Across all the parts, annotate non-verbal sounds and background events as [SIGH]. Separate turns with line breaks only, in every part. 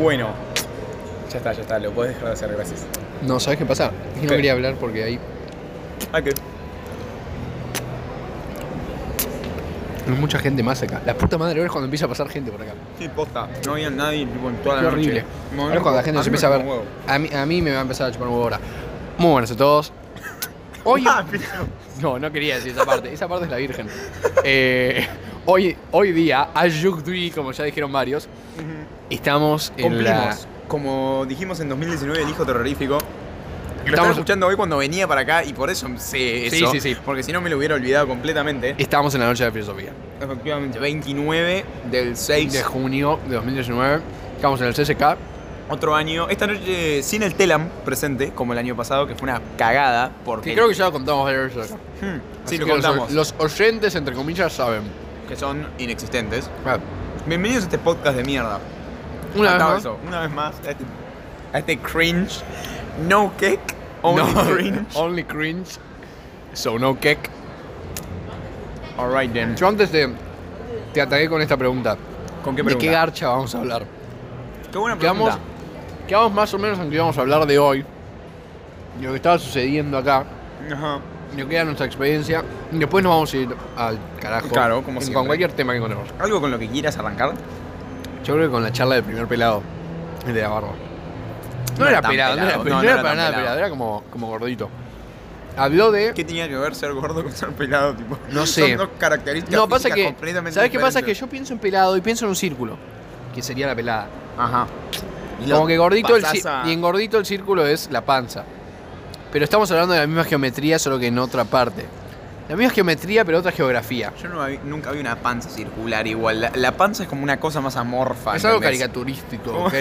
Bueno, ya está, ya está, lo podés dejar de hacer, gracias.
No, ¿sabes qué pasa? Es que no
¿Qué?
quería hablar porque hay
Ah, que.
hay mucha gente más acá. La puta madre ahora es cuando empieza a pasar gente por acá.
Sí, posta. No había nadie tipo, en toda
Qué
la
horrible.
noche. No,
ahora es
no,
cuando la gente
mí
se
me
empieza a ver.
chupa un huevo.
A mí, a mí me va a empezar a chupar un huevo ahora. Muy buenas a todos. Hoy.
[LAUGHS] Ah, pero-
No, no quería decir esa parte. Esa parte es la virgen. Eh, hoy, hoy día, a Yugdui, como ya dijeron varios, estamos en la.
Cumplimos, como dijimos en 2019, el hijo terrorífico. Que lo estaba
Estamos-
escuchando hoy cuando venía para acá y por eso sé
Sí,
eso.
sí, Eh. sí.
Porque si no me lo hubiera olvidado completamente.
Estamos en la noche de filosofía.
Efectivamente, 29 del 6
De junio de 2019. Estamos en el CSK.
Otro año. Esta noche sin el Telam presente, como el año pasado, que fue una cagada. Porque.
Que creo que ya lo contamos varias veces acá.
Hmm,
Así
sí, lo
que los-
contamos.
Los, oyentes, entre comillas, saben.
Que son inexistentes.
Ah,
Bienvenidos a este podcast de mierda.
Una vez
Faltaba
más.
eso, una vez más. A este, a este cringe. No cake. Only
No, [LAUGHS]
cringe.
Only cringe. So no cake.
Alright then.
Yo antes te, te ataqué con esta pregunta.
¿Con qué
¿De
pregunta?
qué garcha vamos a hablar?
Qué buena
Quedamos,
pregunta.
quedamos más o menos en que íbamos a hablar de hoy. de Lo que estaba sucediendo acá.
Ajá.
Lo que era nuestra experiencia. y Después nos vamos a ir al carajo.
Claro, como
en-
siempre.
Con cualquier tema que encontremos.
¿Algo con lo que quieras arrancar?
Yo creo que con la charla del primer pelado. El de la barba. No,
No
era
era tan
pelado,
pelado,
no era,
no,
no
no
era
era
para
tan
nada pelado.
pelado.
era como, como gordito. Habló de.
¿Qué tenía que ver ser gordo con ser pelado? Tipo,
No sé.
Son dos características
No, pasa
físicas
que.
completamente
¿Sabes qué pasa? Que
diferentes.
yo pienso en pelado y pienso en un círculo. Que sería la pelada.
Ajá. Y lo
Como que gordito el,
pasás
ci-
a-
y en gordito el círculo es la panza. Pero estamos hablando de la misma geometría, solo que en otra parte. La misma geometría, pero otra geografía.
Yo no vi- nunca vi una panza circular igual. La, la panza es como una cosa más amorfa.
es algo
¿entendés?
caricaturístico,
¿Cómo? [LAUGHS]
¿ok?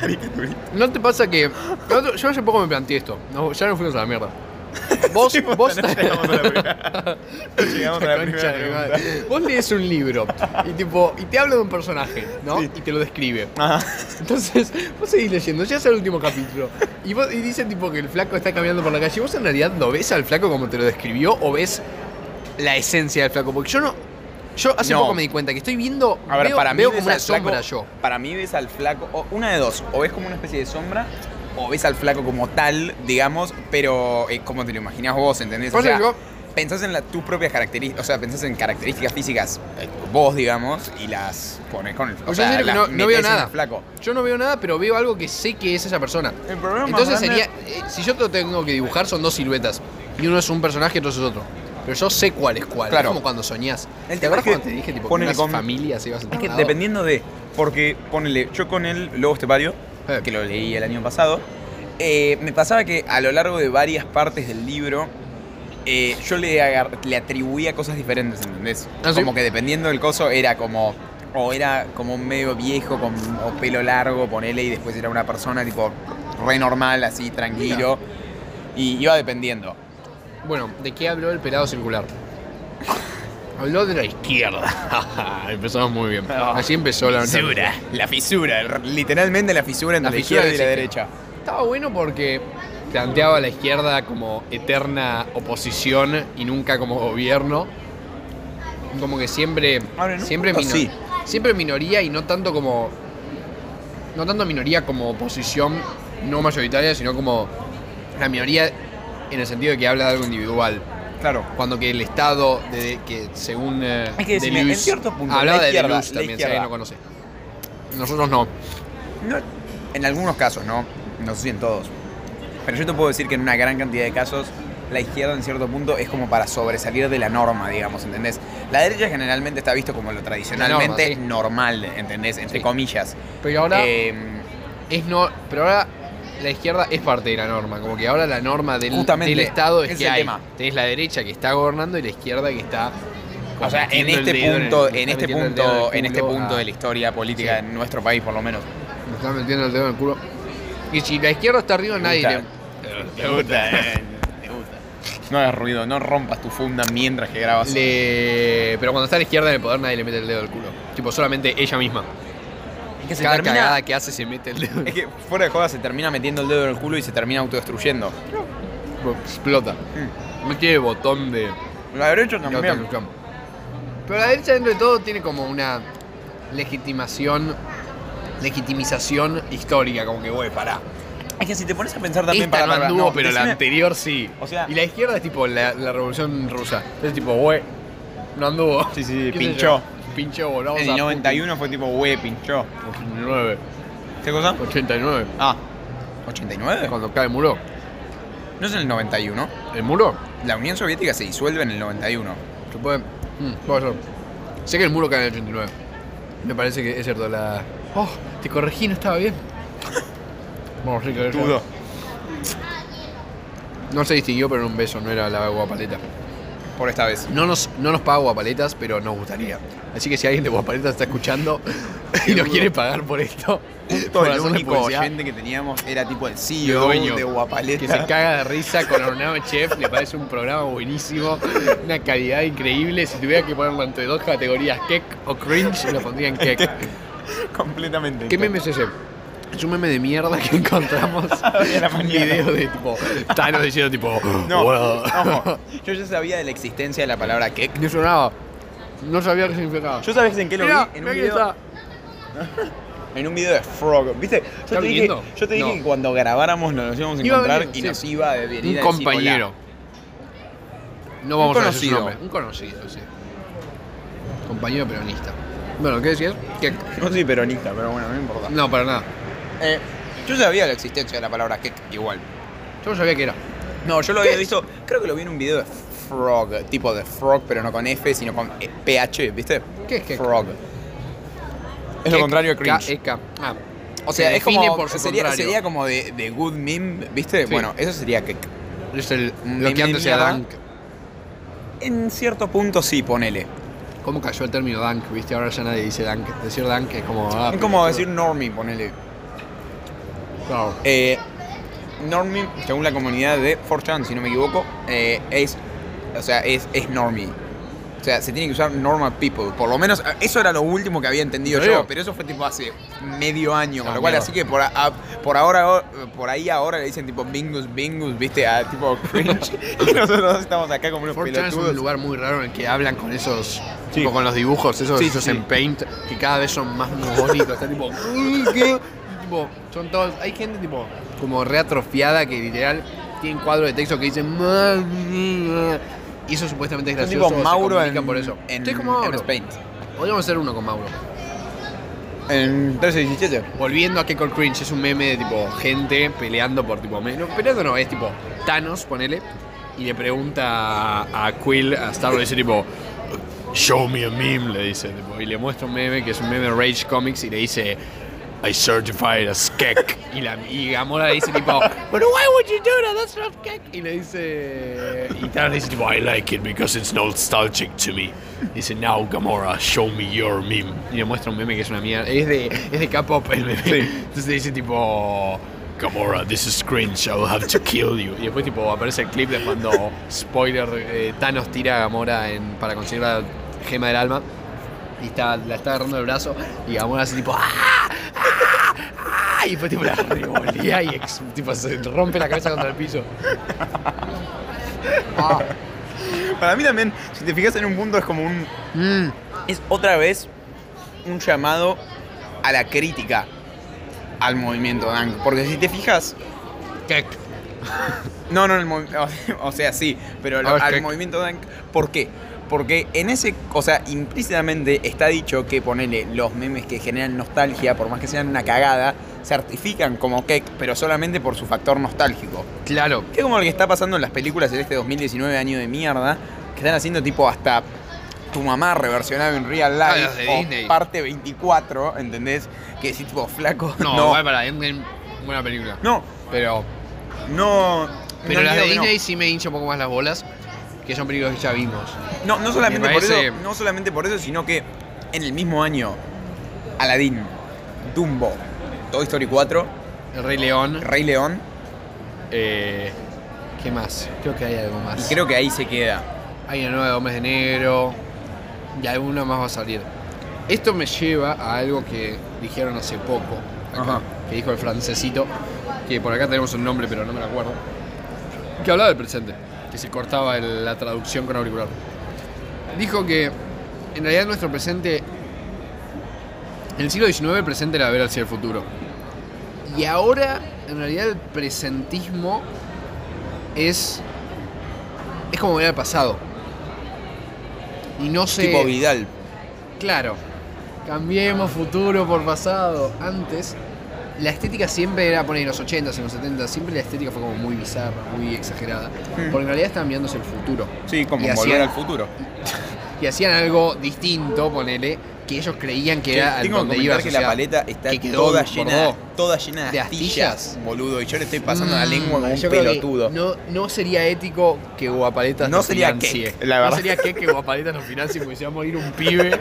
Caricaturista.
¿No te pasa que.? el otro- Yo hace poco me planteé esto. No, ya nos fuimos a la mierda.
[LAUGHS]
Vos. [LAUGHS] vos
No llegamos a la
[LAUGHS]
primera. No llegamos a la
La
primera
concha de mi
pregunta.
madre. Vos lees un libro y tipo y te habla de un personaje, ¿no?
Sí.
Y te lo describe.
Ajá.
Entonces, vos seguís leyendo, ya es el último capítulo. Y, vos, y dice tipo que el flaco está caminando por la calle. Vos en realidad no ves al flaco como te lo describió o ves la esencia del flaco. Porque yo no. Yo hace
No.
poco me di cuenta que estoy viendo.
A ver,
veo,
para mí
veo
ves
como una
al flaco-
sombra yo.
Para mí ves al flaco, o una de dos, o ves como una especie de sombra, o ves al flaco como tal, digamos, pero eh, como te lo imaginas vos, ¿entendés? O
Pasa
sea,
que yo-
pensás en la- tus propias características, o sea, pensás en características físicas eh, vos, digamos, y las pones con el flaco.
O sea, en serio Pues que no- no veo nada.
flaco.
Yo no veo nada, pero veo algo que sé que es esa persona.
El problema
Entonces sería. eh, si yo te lo tengo que dibujar, son dos siluetas. Y uno es un personaje y otro es otro. Pero yo sé cuál es cuál.
Claro.
Es como cuando soñás.
El
¿Te
tema
acuerdas
es que
cuando te dije tipo que
ponen
eras
con-
familia se ibas a
Es que
lado?
dependiendo de. Porque, ponele, yo con el Lobo Estepario,
Eh.
que lo leí el año pasado, eh, me pasaba que a lo largo de varias partes del libro. eh, yo le, agar- le atribuía cosas diferentes, ¿entendés?
Ah, ¿sí?
Como que dependiendo del coso era como. O era como medio viejo con o pelo largo, ponele, y después era una persona tipo re normal, así, tranquilo. Y iba dependiendo.
Bueno, ¿de qué habló el pelado circular? Habló de la izquierda. [LAUGHS] Empezamos muy bien.
Ah.
Así empezó la
fisura. La fisura, literalmente la fisura entre
La
la,
fisura
izquierda y la
del
derecha.
Estaba bueno porque planteaba a la izquierda como eterna oposición y nunca como gobierno. Como que siempre.
Ahora, en un
siempre,
punto, sí.
minor- siempre minoría y no tanto como. No tanto minoría como oposición no mayoritaria, sino como la minoría en el sentido de que habla de algo individual.
Claro.
Cuando que el Estado, de, que según eh,
Hay que decirle,
Deleuze-
en cierto punto,
hablaba
la
de
izquierda,
Deleuze
la
también, si alguien
izquierda.
lo conoce. Nosotros no.
No, en algunos casos, ¿no? No sé si en todos. Pero yo te puedo decir que en una gran cantidad de casos, la izquierda en cierto punto es como para sobresalir de la norma, digamos, ¿entendés? La derecha generalmente está visto como lo tradicionalmente
sí.
normal, ¿entendés? Entre
Sí.
comillas.
Pero ahora
Eh,
es no, pero ahora la izquierda es parte de la norma, como que ahora la norma del,
Justamente,
del Estado es
ese
que
es el
hay,
tema.
tenés la derecha que está gobernando y la izquierda que está
o sea, en
metiendo el
este
dedo el-
punto,
le
en
está
este
metiendo el dedo en el
punto, en este
culo
punto
a-
de la historia política
Sí.
en nuestro país, por lo menos.
le está metiendo el dedo en el culo. Y si la izquierda está arriba
Me
nadie le,
gusta. Te gusta, eh, te gusta. No hagas ruido, no rompas tu funda mientras que grabas.
le- pero cuando está la izquierda en el poder nadie le mete el dedo al culo. Tipo solamente ella misma.
Es que se
Cada
termina-
cagada que hace se mete el dedo. en
Es
el
que fuera de joda se termina metiendo el dedo en el culo y se termina autodestruyendo.
culo, Explota.
Mm.
No tiene botón de
La derecha
No,
también.
Trump. Pero la derecha dentro de todo tiene como una legitimación legitimización histórica, como que, güey, pará.
Es que si te pones a pensar también
Esta
para
no
para-
anduvo,
no,
pero la
decime-
anterior sí.
O sea-
y la izquierda es tipo la, la revolución rusa. Entonces, tipo, güey, no anduvo.
Sí, sí,
[LAUGHS] ¿Qué sé
pinchó.
yo? Pinchó, volvamos
En
a
el
Putin.
91 fue tipo, güey, pinchó.
89,
¿Qué cosa?
89.
Ah, 89.
Cuando cae el muro.
No es en el 91.
¿El muro?
La Unión Soviética se disuelve en el 91.
Se puede. Mm, puede ser. Sé que el muro cae en el 89. Me parece que es cierto. La. Oh, te corregí, no
[LAUGHS]
estaba bien. Vamos, rico, gracias.
Dudo.
No se distinguió, pero era un beso, no era la guapaleta.
Por esta vez.
No nos, no nos paga guapaletas, pero nos gustaría. Así que si alguien de guapaletas está escuchando [LAUGHS] y nos
Dudo.
quiere pagar por esto,
Justo
por
el
hacerle
único
publicidad,
oyente que teníamos era tipo el
y
CEO
dueño,
de
Que
Guapaleta.
se caga de risa con Ornado Chef, le parece un programa buenísimo, una calidad increíble. Si tuviera que ponerlo entre dos categorías, cake o cringe, lo pondría en cake.
[LAUGHS] Completamente.
¿Qué meme es ese? Es un meme de mierda que encontramos
[LAUGHS] de la
en un
mañana.
video de tipo Thanos diciendo tipo
No,
"Well".
[LAUGHS] ojo, yo ya sabía de la existencia de la palabra kek.
[LAUGHS] No sonaba. No sabía qué significaba.
Yo sabes en qué lo
Mirá,
vi en
mirá
un,
quién
video,
está.
en un video de Frog. ¿Viste? Yo
¿Está
te, dije,
viniendo?
yo te dije
No.
que cuando grabáramos nos íbamos a
Iba a
encontrar
venir,
y
sí.
nos iba a venir a
un
decir
compañero.
hola.
No vamos
Un
a decir su
conocido.
nombre. Un conocido, sí. Compañero peronista. Bueno, ¿qué decías? ¿Qué?
[LAUGHS] No soy peronista, pero bueno, no me importa.
No, para nada.
Eh, yo sabía la existencia de la palabra kek igual.
Yo no sabía qué era.
No, yo lo había visto, creo que lo vi en un video de Frog, tipo de Frog, pero no con F, sino con eh, PH, ¿viste?
¿Qué es kek?
Frog. Es lo contrario a cringe.
K-E-K. Ah.
O sea,
Se
es
define
como.
por su
sería,
contrario.
sería como de, de good meme, ¿viste?
Sí.
Bueno, eso sería que.
Es el,
Un
lo que antes
meme mierda.
era dank.
En cierto punto sí, ponele.
¿Cómo cayó el término dank? ¿Viste? Ahora ya nadie dice dank. Decir dank es como. Ah,
es como decir normie, ponele.
claro.
Eh, normie, según la comunidad de 4chan, si no me equivoco, eh, es. O sea, es, es normie. O sea, se tiene que usar normal people. Por lo menos, eh, eso era lo último que había entendido
¿En serio?
yo. Pero eso fue tipo hace medio año. Con
Ah,
lo cual,
mierda.
así que por, a- a- por ahora, o- por ahí ahora le dicen tipo bingus, bingus, viste, a
[LAUGHS]
tipo cringe. [LAUGHS] y nosotros estamos acá como unos
4chan es
pelotudos.
un lugar muy raro en el que hablan con esos.
Sí.
Tipo con los dibujos, esos,
Sí,
esos
sí.
en paint, que cada vez son más bonitos. Está tipo. "Uy, ¿qué?". Tipo, son todos. Hay gente tipo. Como reatrofiada que literal tienen cuadros de texto que dicen. "Ma, ma". mmm". Y eso supuestamente es
Son
gracioso.
tipo
se
Mauro
comunican
en,
por eso.
en,
Estoy como
en
Mauro.
Spain.
Podríamos hacer uno con Mauro.
En 1317.
Volviendo a Keko Cringe, es un meme de tipo gente peleando por tipo. me- No, peleando no, es tipo Thanos, ponele. Y le pregunta a, a Quill, a Star, le dice tipo. Show me a meme, le dice. tipo, y le muestra un meme que es un meme de Rage Comics y le dice. I certified as kek. Y, la, y Gamora le dice tipo, But why would you do that? That's not kek. Y le dice. Y Thanos le dice tipo, I like it because it's nostalgic to me. Dice, Now Gamora, show me your meme. Y le muestra un meme que es una mierda. Es de, es de K-pop el meme. Entonces le dice tipo. Gamora, this is cringe, I will have to kill you. [LAUGHS] Y después tipo aparece el clip de cuando, spoiler, eh, Thanos tira a Gamora en- para conseguir la gema del alma. Y está, la está agarrando el brazo y Gamora hace tipo ¡Ah! ¡Ah! ¡Ah! Y fue tipo la revolea y ex- tipo, se rompe la cabeza contra el piso. Ah.
Para mí también, si te fijas en un punto, es como un.
Mm.
Es otra vez un llamado a la crítica al movimiento Dank. Porque si te fijas.
Kek.
No, no, el movi- [LAUGHS] o sea, sí, pero
A ver,
al
¿qué?
movimiento Dank. ¿Por qué? Porque en ese, o sea, implícitamente está dicho que ponele los memes que generan nostalgia, por más que sean una cagada, certifican como kek, pero solamente por su factor nostálgico.
Claro.
Que es como lo que está pasando en las películas en este 2019 año de mierda, que están haciendo tipo hasta tu mamá reversionado en real
Ah,
life
las de
o
Disney.
parte 24, ¿entendés? Que decís tipo flaco.
No,
no,
igual para Endgame, buena película.
no,
Pero,
no,
pero
no
las de
digo que no.
Disney sí me hincha un poco más las bolas, que son películas que ya vimos.
No, no solamente
Me
por
parece-
eso, no solamente por eso, sino que en el mismo año Aladdin, Dumbo, Toy Story 4,
El Rey León.
Rey León
eh, ¿Qué más? Creo que hay algo más.
y creo que ahí se queda.
Hay una nueva de Hombres de Negro. Y alguna más va a salir. Esto me lleva a algo que dijeron hace poco. acá,
Ajá.
que dijo el francesito. Que por acá tenemos el nombre, pero no me lo acuerdo. Que hablaba del presente. Que se cortaba el- la traducción con auricular. Dijo que en realidad nuestro presente En el siglo XIX el presente era ver hacia el futuro. Y ahora, en realidad, el presentismo es. es como ver al pasado. Y no se.
Tipo Vidal.
Claro. Cambiemos futuro por pasado. Antes, la estética siempre era, poner en los 80s, en los 70s, siempre la estética fue como muy bizarra, muy exagerada.
Mm.
Porque en realidad estaban mirándose el futuro.
Sí, como
Y
volver
hacían-
al futuro.
Y hacían algo distinto, ponele, que ellos creían que era al
Tengo que
donde iba
comentar que la
asociada.
paleta está
que quedó
toda
en
llena,
Bordeaux.
toda llena de,
¿De
astillas,
astillas?
boludo. Y yo le estoy pasando la
Mm,
lengua como un
yo creo que
pelotudo. [LAUGHS]
No, no sería ético que Guapaletas
No
nos
sería
financie.
cake, la verdad.
No sería que, que Guapaletas nos financie porque se va a morir un pibe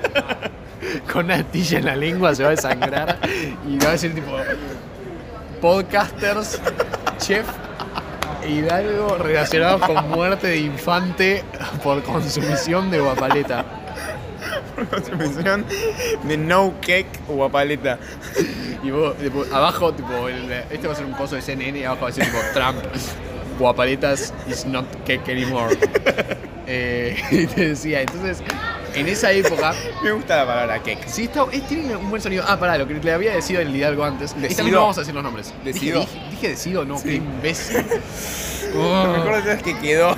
con una astilla en la lengua, se va a desangrar y va a decir tipo podcasters, chef e Hidalgo relacionados con muerte de infante por consumición de guapaleta.
Consumición de no cake o paleta.
Y vos, tipo, abajo, tipo, el- este va a ser un coso de CNN y abajo va a ser tipo Trump. Guapaletas is not
[LAUGHS]
cake anymore. Eh, y te decía, entonces, en esa época,
Me gusta la palabra cake.
sí, está, es- tiene un buen sonido. Ah, pará, lo que le había decido el Hidalgo antes. Esta
Decido.
vez no vamos a decir los nombres. Dije-
Decido.
Dije, dije decido, no,
Sí.
qué imbécil.
[LAUGHS]
Ah.
Lo mejor de eso es que
[LAUGHS]
quedó.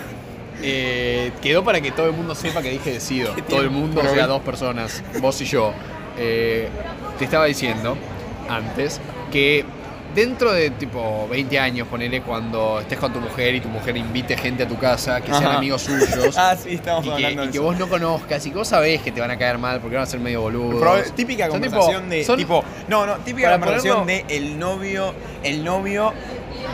Eh, quedó para que todo el mundo sepa que dije decido. Todo el mundo, o
Pero
sea,
bien.
dos personas, vos y yo. Eh, te estaba diciendo antes que dentro de tipo 20 años, ponele cuando estés con tu mujer y tu mujer invite gente a tu casa, que sean
Ajá.
amigos suyos.
[LAUGHS] Ah, sí, estamos
Y que,
hablando
y
de
que
eso.
vos no conozcas y que vos sabés que te van a caer mal porque van a ser medio boludos.
Proba- típica
Son tipo-
conversación de
son-
tipo no no típica
para
conversación
ponerlo-
de el novio el novio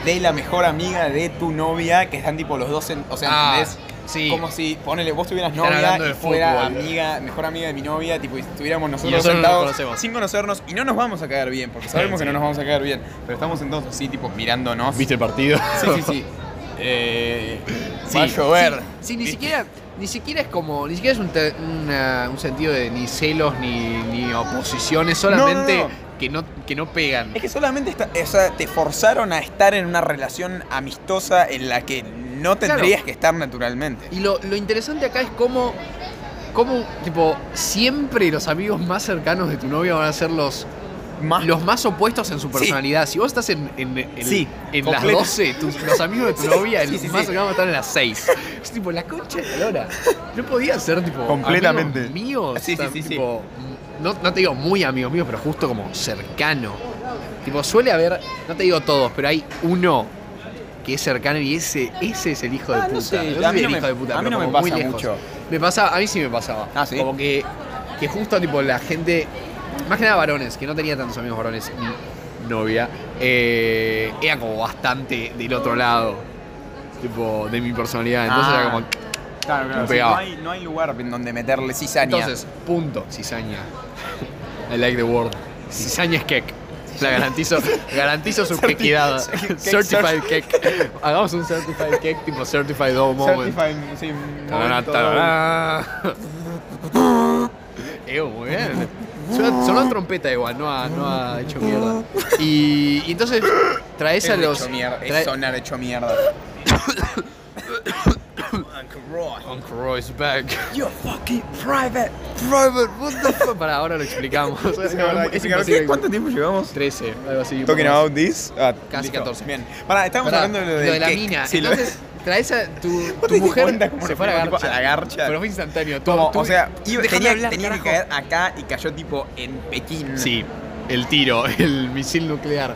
de la mejor amiga de tu novia que están tipo los dos en, o sea
Ah,
¿entendés?
sí.
como si ponele vos tuvieras
Están
novia
hablando
y
de
fuera
fútbol.
amiga mejor amiga de mi novia tipo y estuviéramos nosotros,
nosotros no nos
sentados
conocemos.
sin conocernos y no nos vamos a caer bien porque sabemos
Sí.
que no nos vamos a caer bien pero estamos entonces así tipo mirándonos
¿Viste el partido?
sí sí sí [LAUGHS] Eh,
Sí,
va a llover
Sí, sí, ni siquiera, ni siquiera es como, ni siquiera es un, te- una- un sentido de ni celos ni, ni oposiciones, solamente
No, no,
que no que no pegan.
Es que solamente está- o sea, te forzaron a estar en una relación amistosa en la que no tendrías
Claro.
que estar naturalmente.
Y lo, lo interesante acá es cómo, cómo, tipo, siempre los amigos más cercanos de tu novia van a ser los
Más
los más opuestos en su
Sí.
personalidad. Si vos estás en, en, en-
Sí,
en las
completo.
12, tus- los amigos [LAUGHS] de tu novia,
sí,
los
sí,
más
sí.
cercanos están en las 6. [LAUGHS] Es tipo, la concha de la lora. No podía ser, tipo,
Completamente.
amigos míos.
Sí, sí,
tan-
sí, sí.
tipo, No, no te digo muy amigos míos, pero justo como cercano. Tipo, suele haber, no te digo todos, pero hay uno que es cercano y ese, ese es el hijo de
Ah,
puta.
no sé,
Yo
a
soy
mí
el
no me-
hijo de puta,
a mí
pero
no me
como muy
pasa
lejos.
mucho.
Me pasa, a mí sí me pasaba.
Ah, ¿sí?
Como que, que justo tipo la gente, más que nada varones, que no tenía tantos amigos varones ni novia, eh, era como bastante del otro lado, tipo de mi personalidad. Entonces
Ah.
era como,
Claro, claro,
Un
sí,
pegado.
no, hay, no hay lugar en donde meterle cizaña.
entonces, punto, cizaña. I like the word. Cizaña es cake. La garantizo, garantizo su
Certi-
quequidad.
[LAUGHS] cake,
Certified cake. Hagamos un certified cake tipo certified dough moment.
Certified, sí,
Tarara,
momento-
tarara. [LAUGHS] Ew, muy bien. Suena- Sonó a trompeta igual, no ha, no ha hecho mierda. Y, y entonces traes
Es
a
hecho
los.
mierda, es
trae-
sonar hecho
[COUGHS]
mierda. [COUGHS] Ah, Uncle Roy,
Uncle Roy is
[LAUGHS]
back.
You're fucking private.
Private, what the fuck? Para ahora lo explicamos. No, es imposible.
¿Cuánto tiempo llevamos?
13, algo así. un poco
Talking
más.
about this. Ah,
Casi 14.
Bien. Pará, estábamos
Pará,
hablando de lo,
lo
del
la
cake.
mina.
Sí, lo-
entonces traes a
[LAUGHS]
tu,
te
tu
diste cuenta
mujer.
cómo
Se
nos
fue a la
fuimos,
garcha.
tipo, a la garcha?
Pero fue instantáneo. Tú-
Como,
tú-
o sea, iba-
Déjame
tenía,
hablar,
tenía que
carajo.
caer acá y cayó tipo en Pekín.
Sí, el tiro, [LAUGHS] el misil nuclear.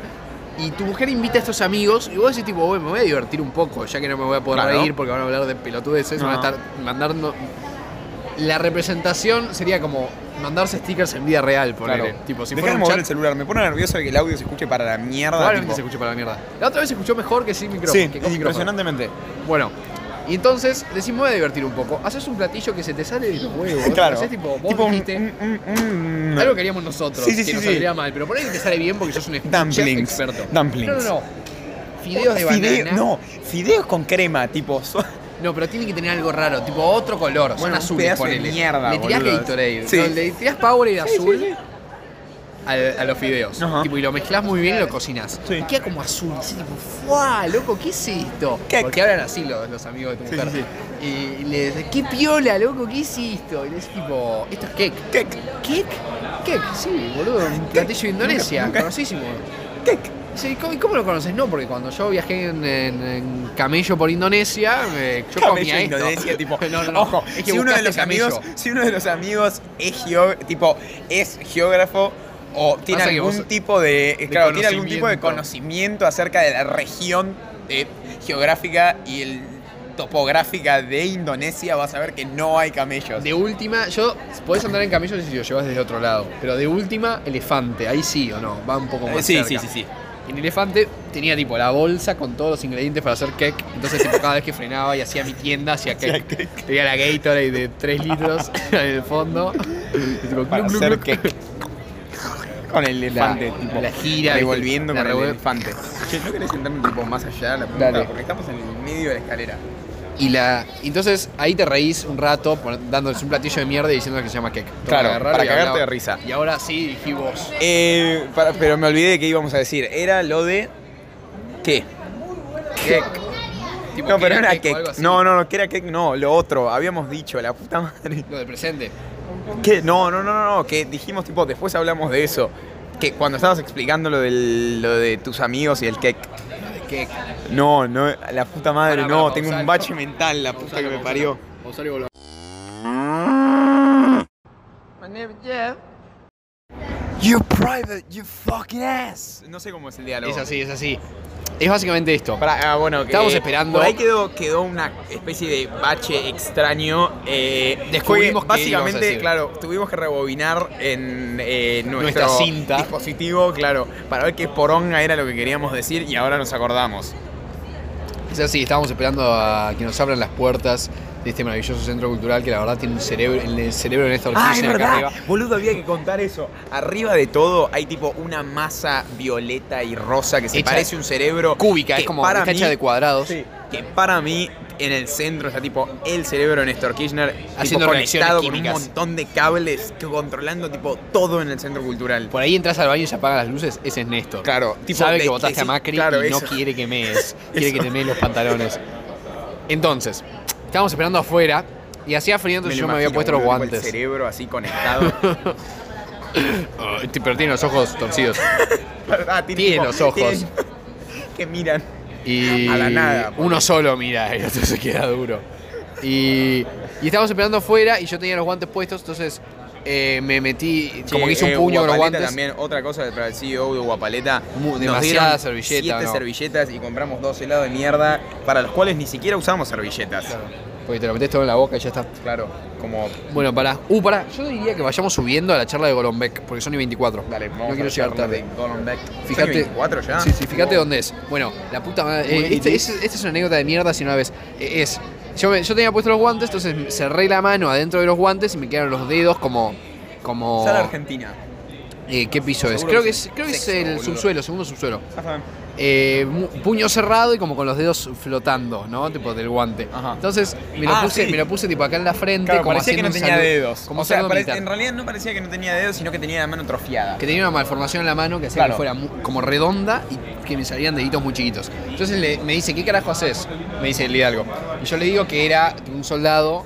Y tu mujer invita a estos amigos y vos decís tipo, bueno, me voy a divertir un poco, ya que no me voy a poder
Claro.
reír porque van a hablar de pelotudeces, van a
Ajá.
estar mandando... La representación sería como mandarse stickers en vida real, por
Claro.
Tipo, si
Dejá
fuera
de
un
mover
chat,
el celular, me pone nervioso de que el audio se escuche para la mierda.
probablemente
tipo.
se escuche para la mierda. La otra vez se escuchó mejor que sin micrófono.
Sí,
que con micrófono.
impresionantemente.
Bueno, y entonces decís, me voy a divertir un poco. Haces un platillo que se te sale de los huevos.
[LAUGHS] Claro.
Haces tipo, vos
Tipo un-
dijiste,
un- un- un-
Algo que haríamos nosotros,
Sí, sí,
que
sí,
nos
sí.
saldría mal, pero por ahí te sale bien porque sos un
Dumplings.
chef experto.
Dumplings.
No, no, no. Fideos de banana.
Fideo- no, fideos con crema, tipo. su-
No, pero tiene que tener algo raro, tipo otro color, son
Bueno, un
azules,
pedazo de
ponele.
mierda,
Le tirás
boludo.
Gatorade,
Sí.
no, le tirás Powerade
Sí, sí,
azul
sí.
al- A, los fideos.
Ajá.
Tipo, y lo mezclas muy bien y lo cocinas.
Sí.
Queda como azul. Así, tipo, ¡fuá, loco! ¿Qué es esto?
¿Qué?
Porque hablan así los, los amigos de tu
Sí,
mujer.
sí,
Y le dices, ¡qué piola, loco! ¿Qué es esto? Y le dices, tipo, esto es cake.
Cake.
¿Cake? Kek, sí, boludo, un platillo de Indonesia,
nunca-
conocísimo.
¿Qué?
Sí, ¿cómo, y cómo lo conoces? No, porque cuando yo viajé en, en- en camello por Indonesia, eh, yo comía
Camello
esto.
Indonesia, tipo.
[LAUGHS] No, no, no.
Ojo,
Es que
si uno de
buscaste
los
camello.
amigos, si uno de los amigos es geó- tipo, es geógrafo o tiene
Pasa que
algún
vos-
tipo de, eh, claro, tiene algún tipo de
conocimiento.
conocimiento acerca de la región eh, geográfica y el topográfica de Indonesia, vas a ver que no hay camellos.
De última, yo podés andar en camello si lo llevas desde otro lado, pero de última, elefante, ahí sí o no, va un poco
Eh,
más
sí,
cerca.
sí, sí, sí.
En elefante tenía tipo la bolsa con todos los ingredientes para hacer cake, entonces tipo, cada vez que frenaba y hacía mi tienda hacía cake. Tenía la Gatorade de 3 litros [LAUGHS] en el fondo. Y, tipo,
Para
glup, glup,
hacer
glup.
que con el
La,
elefante, tipo.
la gira,
revolviendo
la
con el
revol-
elefante. Che, ¿no querés sentarme un tipo más allá de la punta?
Dale.
Porque estamos en el medio de la escalera.
Y la. Entonces ahí te reís un rato pon- dándoles un platillo de mierda y diciendo que se llama cake. Todo
Claro,
agarrar
para
y
cagarte
hablaba.
de risa.
Y ahora sí dije vos.
Eh, para- pero me olvidé de qué íbamos a decir. Era lo de. ¿Qué? Cake.
Tipo,
No, pero
¿qué
no era
o algo
cake.
así?
No, no, no, que era cake. No, lo otro. Habíamos dicho, la puta madre. [LAUGHS]
Lo del presente.
¿Qué? No, no, no, no, no. Que dijimos, tipo, después hablamos de eso. Que cuando estabas explicando lo, del- lo de tus amigos y el cake.
Lo de cake.
No, no, la puta madre,
Pará,
no.
pará,
tengo un
pausalo.
bache mental, la puta que me parió.
Pausalo y volvamos.
You private, you fucking ass. No sé cómo es el diálogo.
Es así, es así. Es básicamente esto.
Pará, ah, bueno, que-
Estábamos esperando.
Por ahí quedó, quedó una especie de bache extraño. eh, que
Descubrimos que íbamos a
básicamente,
decir.
claro, tuvimos que rebobinar en eh, nuestro
Nuestra cinta.
dispositivo, claro, para ver qué poronga era lo que queríamos decir y ahora nos acordamos.
Es así, estábamos esperando a que nos abran las puertas de este maravilloso centro cultural que la verdad tiene un cerebro, el cerebro en esta
Ah, es
acá
verdad,
arriba.
boludo, había que contar eso. Arriba de todo hay tipo una masa violeta y rosa que se
Hecha-
parece a un cerebro
Cúbica, es
que
como
para
está hecha
mí-
de cuadrados.
Sí, que para mí en el centro está tipo el cerebro de Néstor Kirchner tipo,
Haciendo reacciones
conectado con un
químicas.
montón de cables que controlando tipo todo en el centro cultural.
Por ahí entras al baño y se apagan las luces, ese es Néstor.
Claro, tipo,
Sabe
le-
que votaste
le-
a Macri
claro,
y no
eso.
quiere que
[LAUGHS]
mees. quiere que te mees los pantalones. Entonces, estábamos esperando afuera y hacía frío,
lo
entonces yo
imagino,
me había puesto los
boludo, tipo, El
guantes.
cerebro así conectado.
[LAUGHS] Ah, t- pero tiene los ojos
[LAUGHS]
torcidos.
Ah,
Tiene los ojos.
tiene- [LAUGHS] que miran.
Y
A la nada, por
uno solo mira, el otro se queda duro. Y, y estábamos esperando afuera y yo tenía los guantes puestos, entonces eh, me metí, como que hice un
eh,
puño con los
Guapaleta
guantes.
También otra cosa para el CEO de Guapaleta.
Mu-
nos
demasiada
dieron
servilleta,
Siete
¿no?
servilletas y compramos dos helados de mierda para los cuales ni siquiera usamos servilletas.
Claro, Porque te lo metes todo en la boca y ya está.
Claro, como
Bueno, pará. Uh, pará. Yo diría que vayamos subiendo a la charla de Golombek, porque son y 24.
Dale, vamos
No
a
quiero llegar
charlar
tarde.
de Gordon Beck.
Fíjate-
¿Son 24 ya?
Sí, sí, fíjate
Wow.
dónde es. Bueno, la puta madre.
Muy
eh, este-
bien.
es- Esta es una anécdota de mierda si no la ves. Eh, Es. Yo, me- yo tenía puesto los guantes, entonces cerré la mano adentro de los guantes y me quedaron los dedos como. como
Sala Argentina.
eh, ¿Qué piso es?
Seguro
Creo
que
que
sí.
es, creo que es
Sexto,
el
boludo.
subsuelo, segundo subsuelo.
Ajá.
Eh, mu- puño cerrado y como con los dedos flotando, ¿no? Tipo del guante.
Ajá.
Entonces me lo,
Ah,
puse,
sí.
me lo puse tipo acá en la frente.
Claro,
como
parecía que
haciendo
no
un
tenía
saludo-
dedos.
Como
o sea,
saludo
parece-
militar.
en realidad no parecía que no tenía dedos, sino que tenía la mano atrofiada.
que tenía una malformación en la mano que hacía
Claro.
que fuera mu- como redonda y que me salían deditos muy chiquitos. Entonces le- me dice, ¿qué carajo haces? Me dice el Hidalgo. Y yo le digo que era un soldado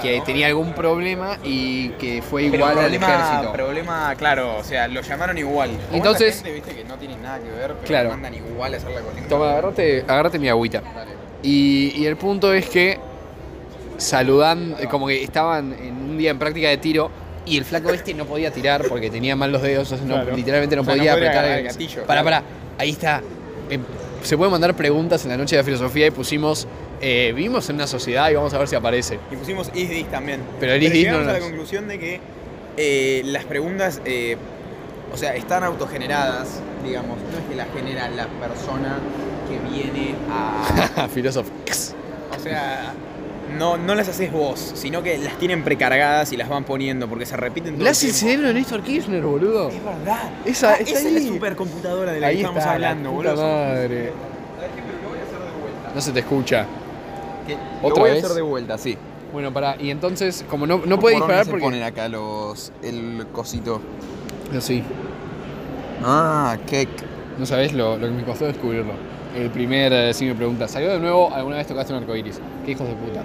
que tenía algún problema y que fue
Pero
igual
problema,
al ejército.
problema, claro, o sea, lo llamaron igual. Como
Entonces-
esa gente, viste, que no tiene nada que ver, pero
Claro.
mandan igual a hacer la colecta.
Toma, agarrate, agarrate mi agüita. Y, y el punto es que saludando, como que estaban en un día en práctica de tiro y el flaco este no podía tirar porque tenía mal los dedos, entonces no-
Claro.
literalmente no
O sea, no
podía
podía
apretar
agarrar
el
el gatillo,
Pará,
claro.
pará, ahí está. Em, Se pueden mandar preguntas en la noche de filosofía y pusimos, eh, vivimos en una sociedad y vamos a ver si aparece.
Y
[LAUGHS]
pusimos ISDIS también.
Pero el ISDIS
llegamos
no
a la
nos-
conclusión de que eh, las preguntas, eh, o sea, están autogeneradas, digamos. No es que las genera la persona que viene a
[LAUGHS] Ah, Filósofo.
O sea, no, no las haces vos, sino que las tienen precargadas y las van poniendo porque se repiten todo
Le hace
el
el
tiempo.
cerebro de Néstor Kirchner, boludo.
Es verdad.
Esa-
Ah,
está
esa es la
ahí.
supercomputadora de la que estamos
está, la
hablando,
puta
boludo.
madre. No se te escucha.
Que lo
¿Otra
voy
vez?
a hacer de vuelta, sí.
Bueno, pará, y entonces, como no, no puede
Por dónde
disparar
se
porque.
ponen acá los el cosito.
No, sí.
Ah, qué
No sabés lo, lo que me costó descubrirlo. El primer eh, signo de pregunta. ¿Salió de nuevo? ¿Alguna vez tocaste un arcoiris? Qué hijos de puta.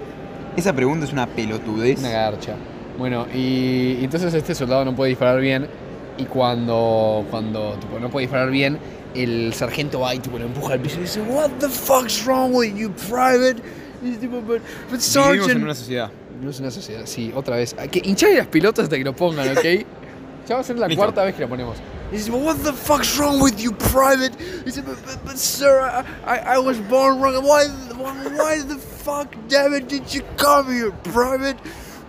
esa pregunta es una pelotudez.
Una garcha. Bueno, y, y entonces este soldado no puede disparar bien. Y cuando, cuando tipo, no puede disparar bien, el sargento va y tipo, lo empuja al piso y dice, What the fuck's wrong with you, private? Y es tipo, but, but
Vivimos
sergeant.
en una sociedad.
No es una sociedad, sí, otra vez. Hay Que hinchar las pelotas hasta que lo pongan,
[LAUGHS]
¿ok? ya va a ser la
Listo.
cuarta vez que lo ponemos. Y dice, "But what the fuck's wrong with you, private? Y dice, but, but, but, sir, I, I, I was born wrong. Why, why the fuck, damn it, did you come here, private?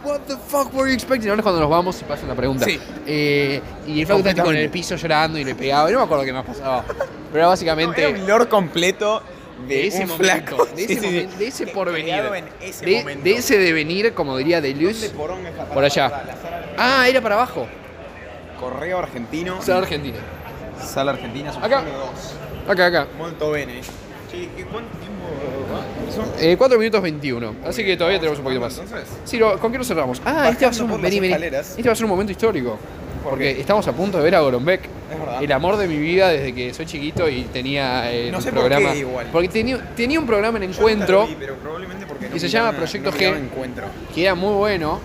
What the fuck were you expecting? Ahora es cuando nos vamos y pasan la pregunta.
Sí.
Eh, y el flaco está tipo en el
Completamente.
piso llorando y le pegaba. y No me acuerdo qué más pasaba. Pero era básicamente...
Era un lore completo de,
de ese
un
momento,
flaco.
de
Sí, sí,
ese,
sí.
momento, de ese
Que-
porvenir,
creado en ese
de,
momento.
de ese devenir, como diría De
¿Dónde
Luz,
porón es la
por
palabra?
allá.
La sala-
Ah, era para abajo.
Correo argentino.
Sala Argentina.
Sala argentina. son
Acá.
solo dos.
Acá, acá.
Molto bene. Che, ¿qué- ¿cuánto tiempo va? Son-
Eh, 4 minutos 21. Así que todavía tenemos
Vamos
un poquito más.
cerrando, entonces.
Sí, lo- ¿con qué nos cerramos? Ah, este va, a ser
Bajando
un,
por las
vení, vení.
escaleras.
este va a ser un momento histórico.
¿Por
Porque
qué?
estamos a punto de ver a Golombek.
Es verdad.
El amor de mi vida desde que soy chiquito y tenía eh,
No
un
sé por qué
programa.
igual.
Porque tenía, tenía un programa en
Yo nunca
encuentro
lo vi, pero probablemente porque no
y se
miraba-
llama Proyecto
no
G.
miraba encuentro.
que era muy bueno.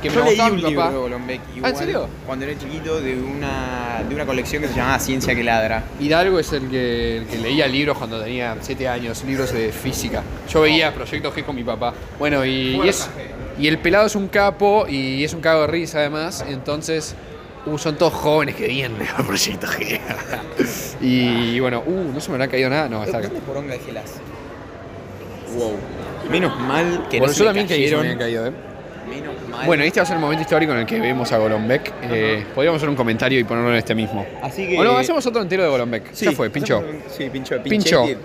Que
Yo
me
leí
gustaba
un
mi papá.
libro de Golombek
Ah,
igual
¿en serio?
cuando era chiquito de una, de una colección que se llamaba Ciencia que Ladra.
Hidalgo es el que, el que leía libros cuando tenía 7 años, libros de física. Yo veía Proyecto G con mi papá. Bueno, y, y es, y el pelado es un capo y es un cago de risa además, entonces uh, son todos jóvenes que vienen a [LAUGHS] Proyecto G. y, bueno, uh, no se me habrá caído nada, no, está acá.
¿Dónde poronga dejé las? Wow. Menos mal que
Bueno,
no se
yo también
me
caí, se
cayeron.
me habían caído, ¿eh?
Menos mal.
Bueno, este va a ser el momento histórico en el que vemos a Golombek. Eh, podríamos hacer un comentario y ponerlo en este mismo.
Así que-
O no, hacemos otro entero de Golombek.
Sí,
ya fue, pincho.
hacemos un- Sí, pincho.
Pincho.
pinchetti.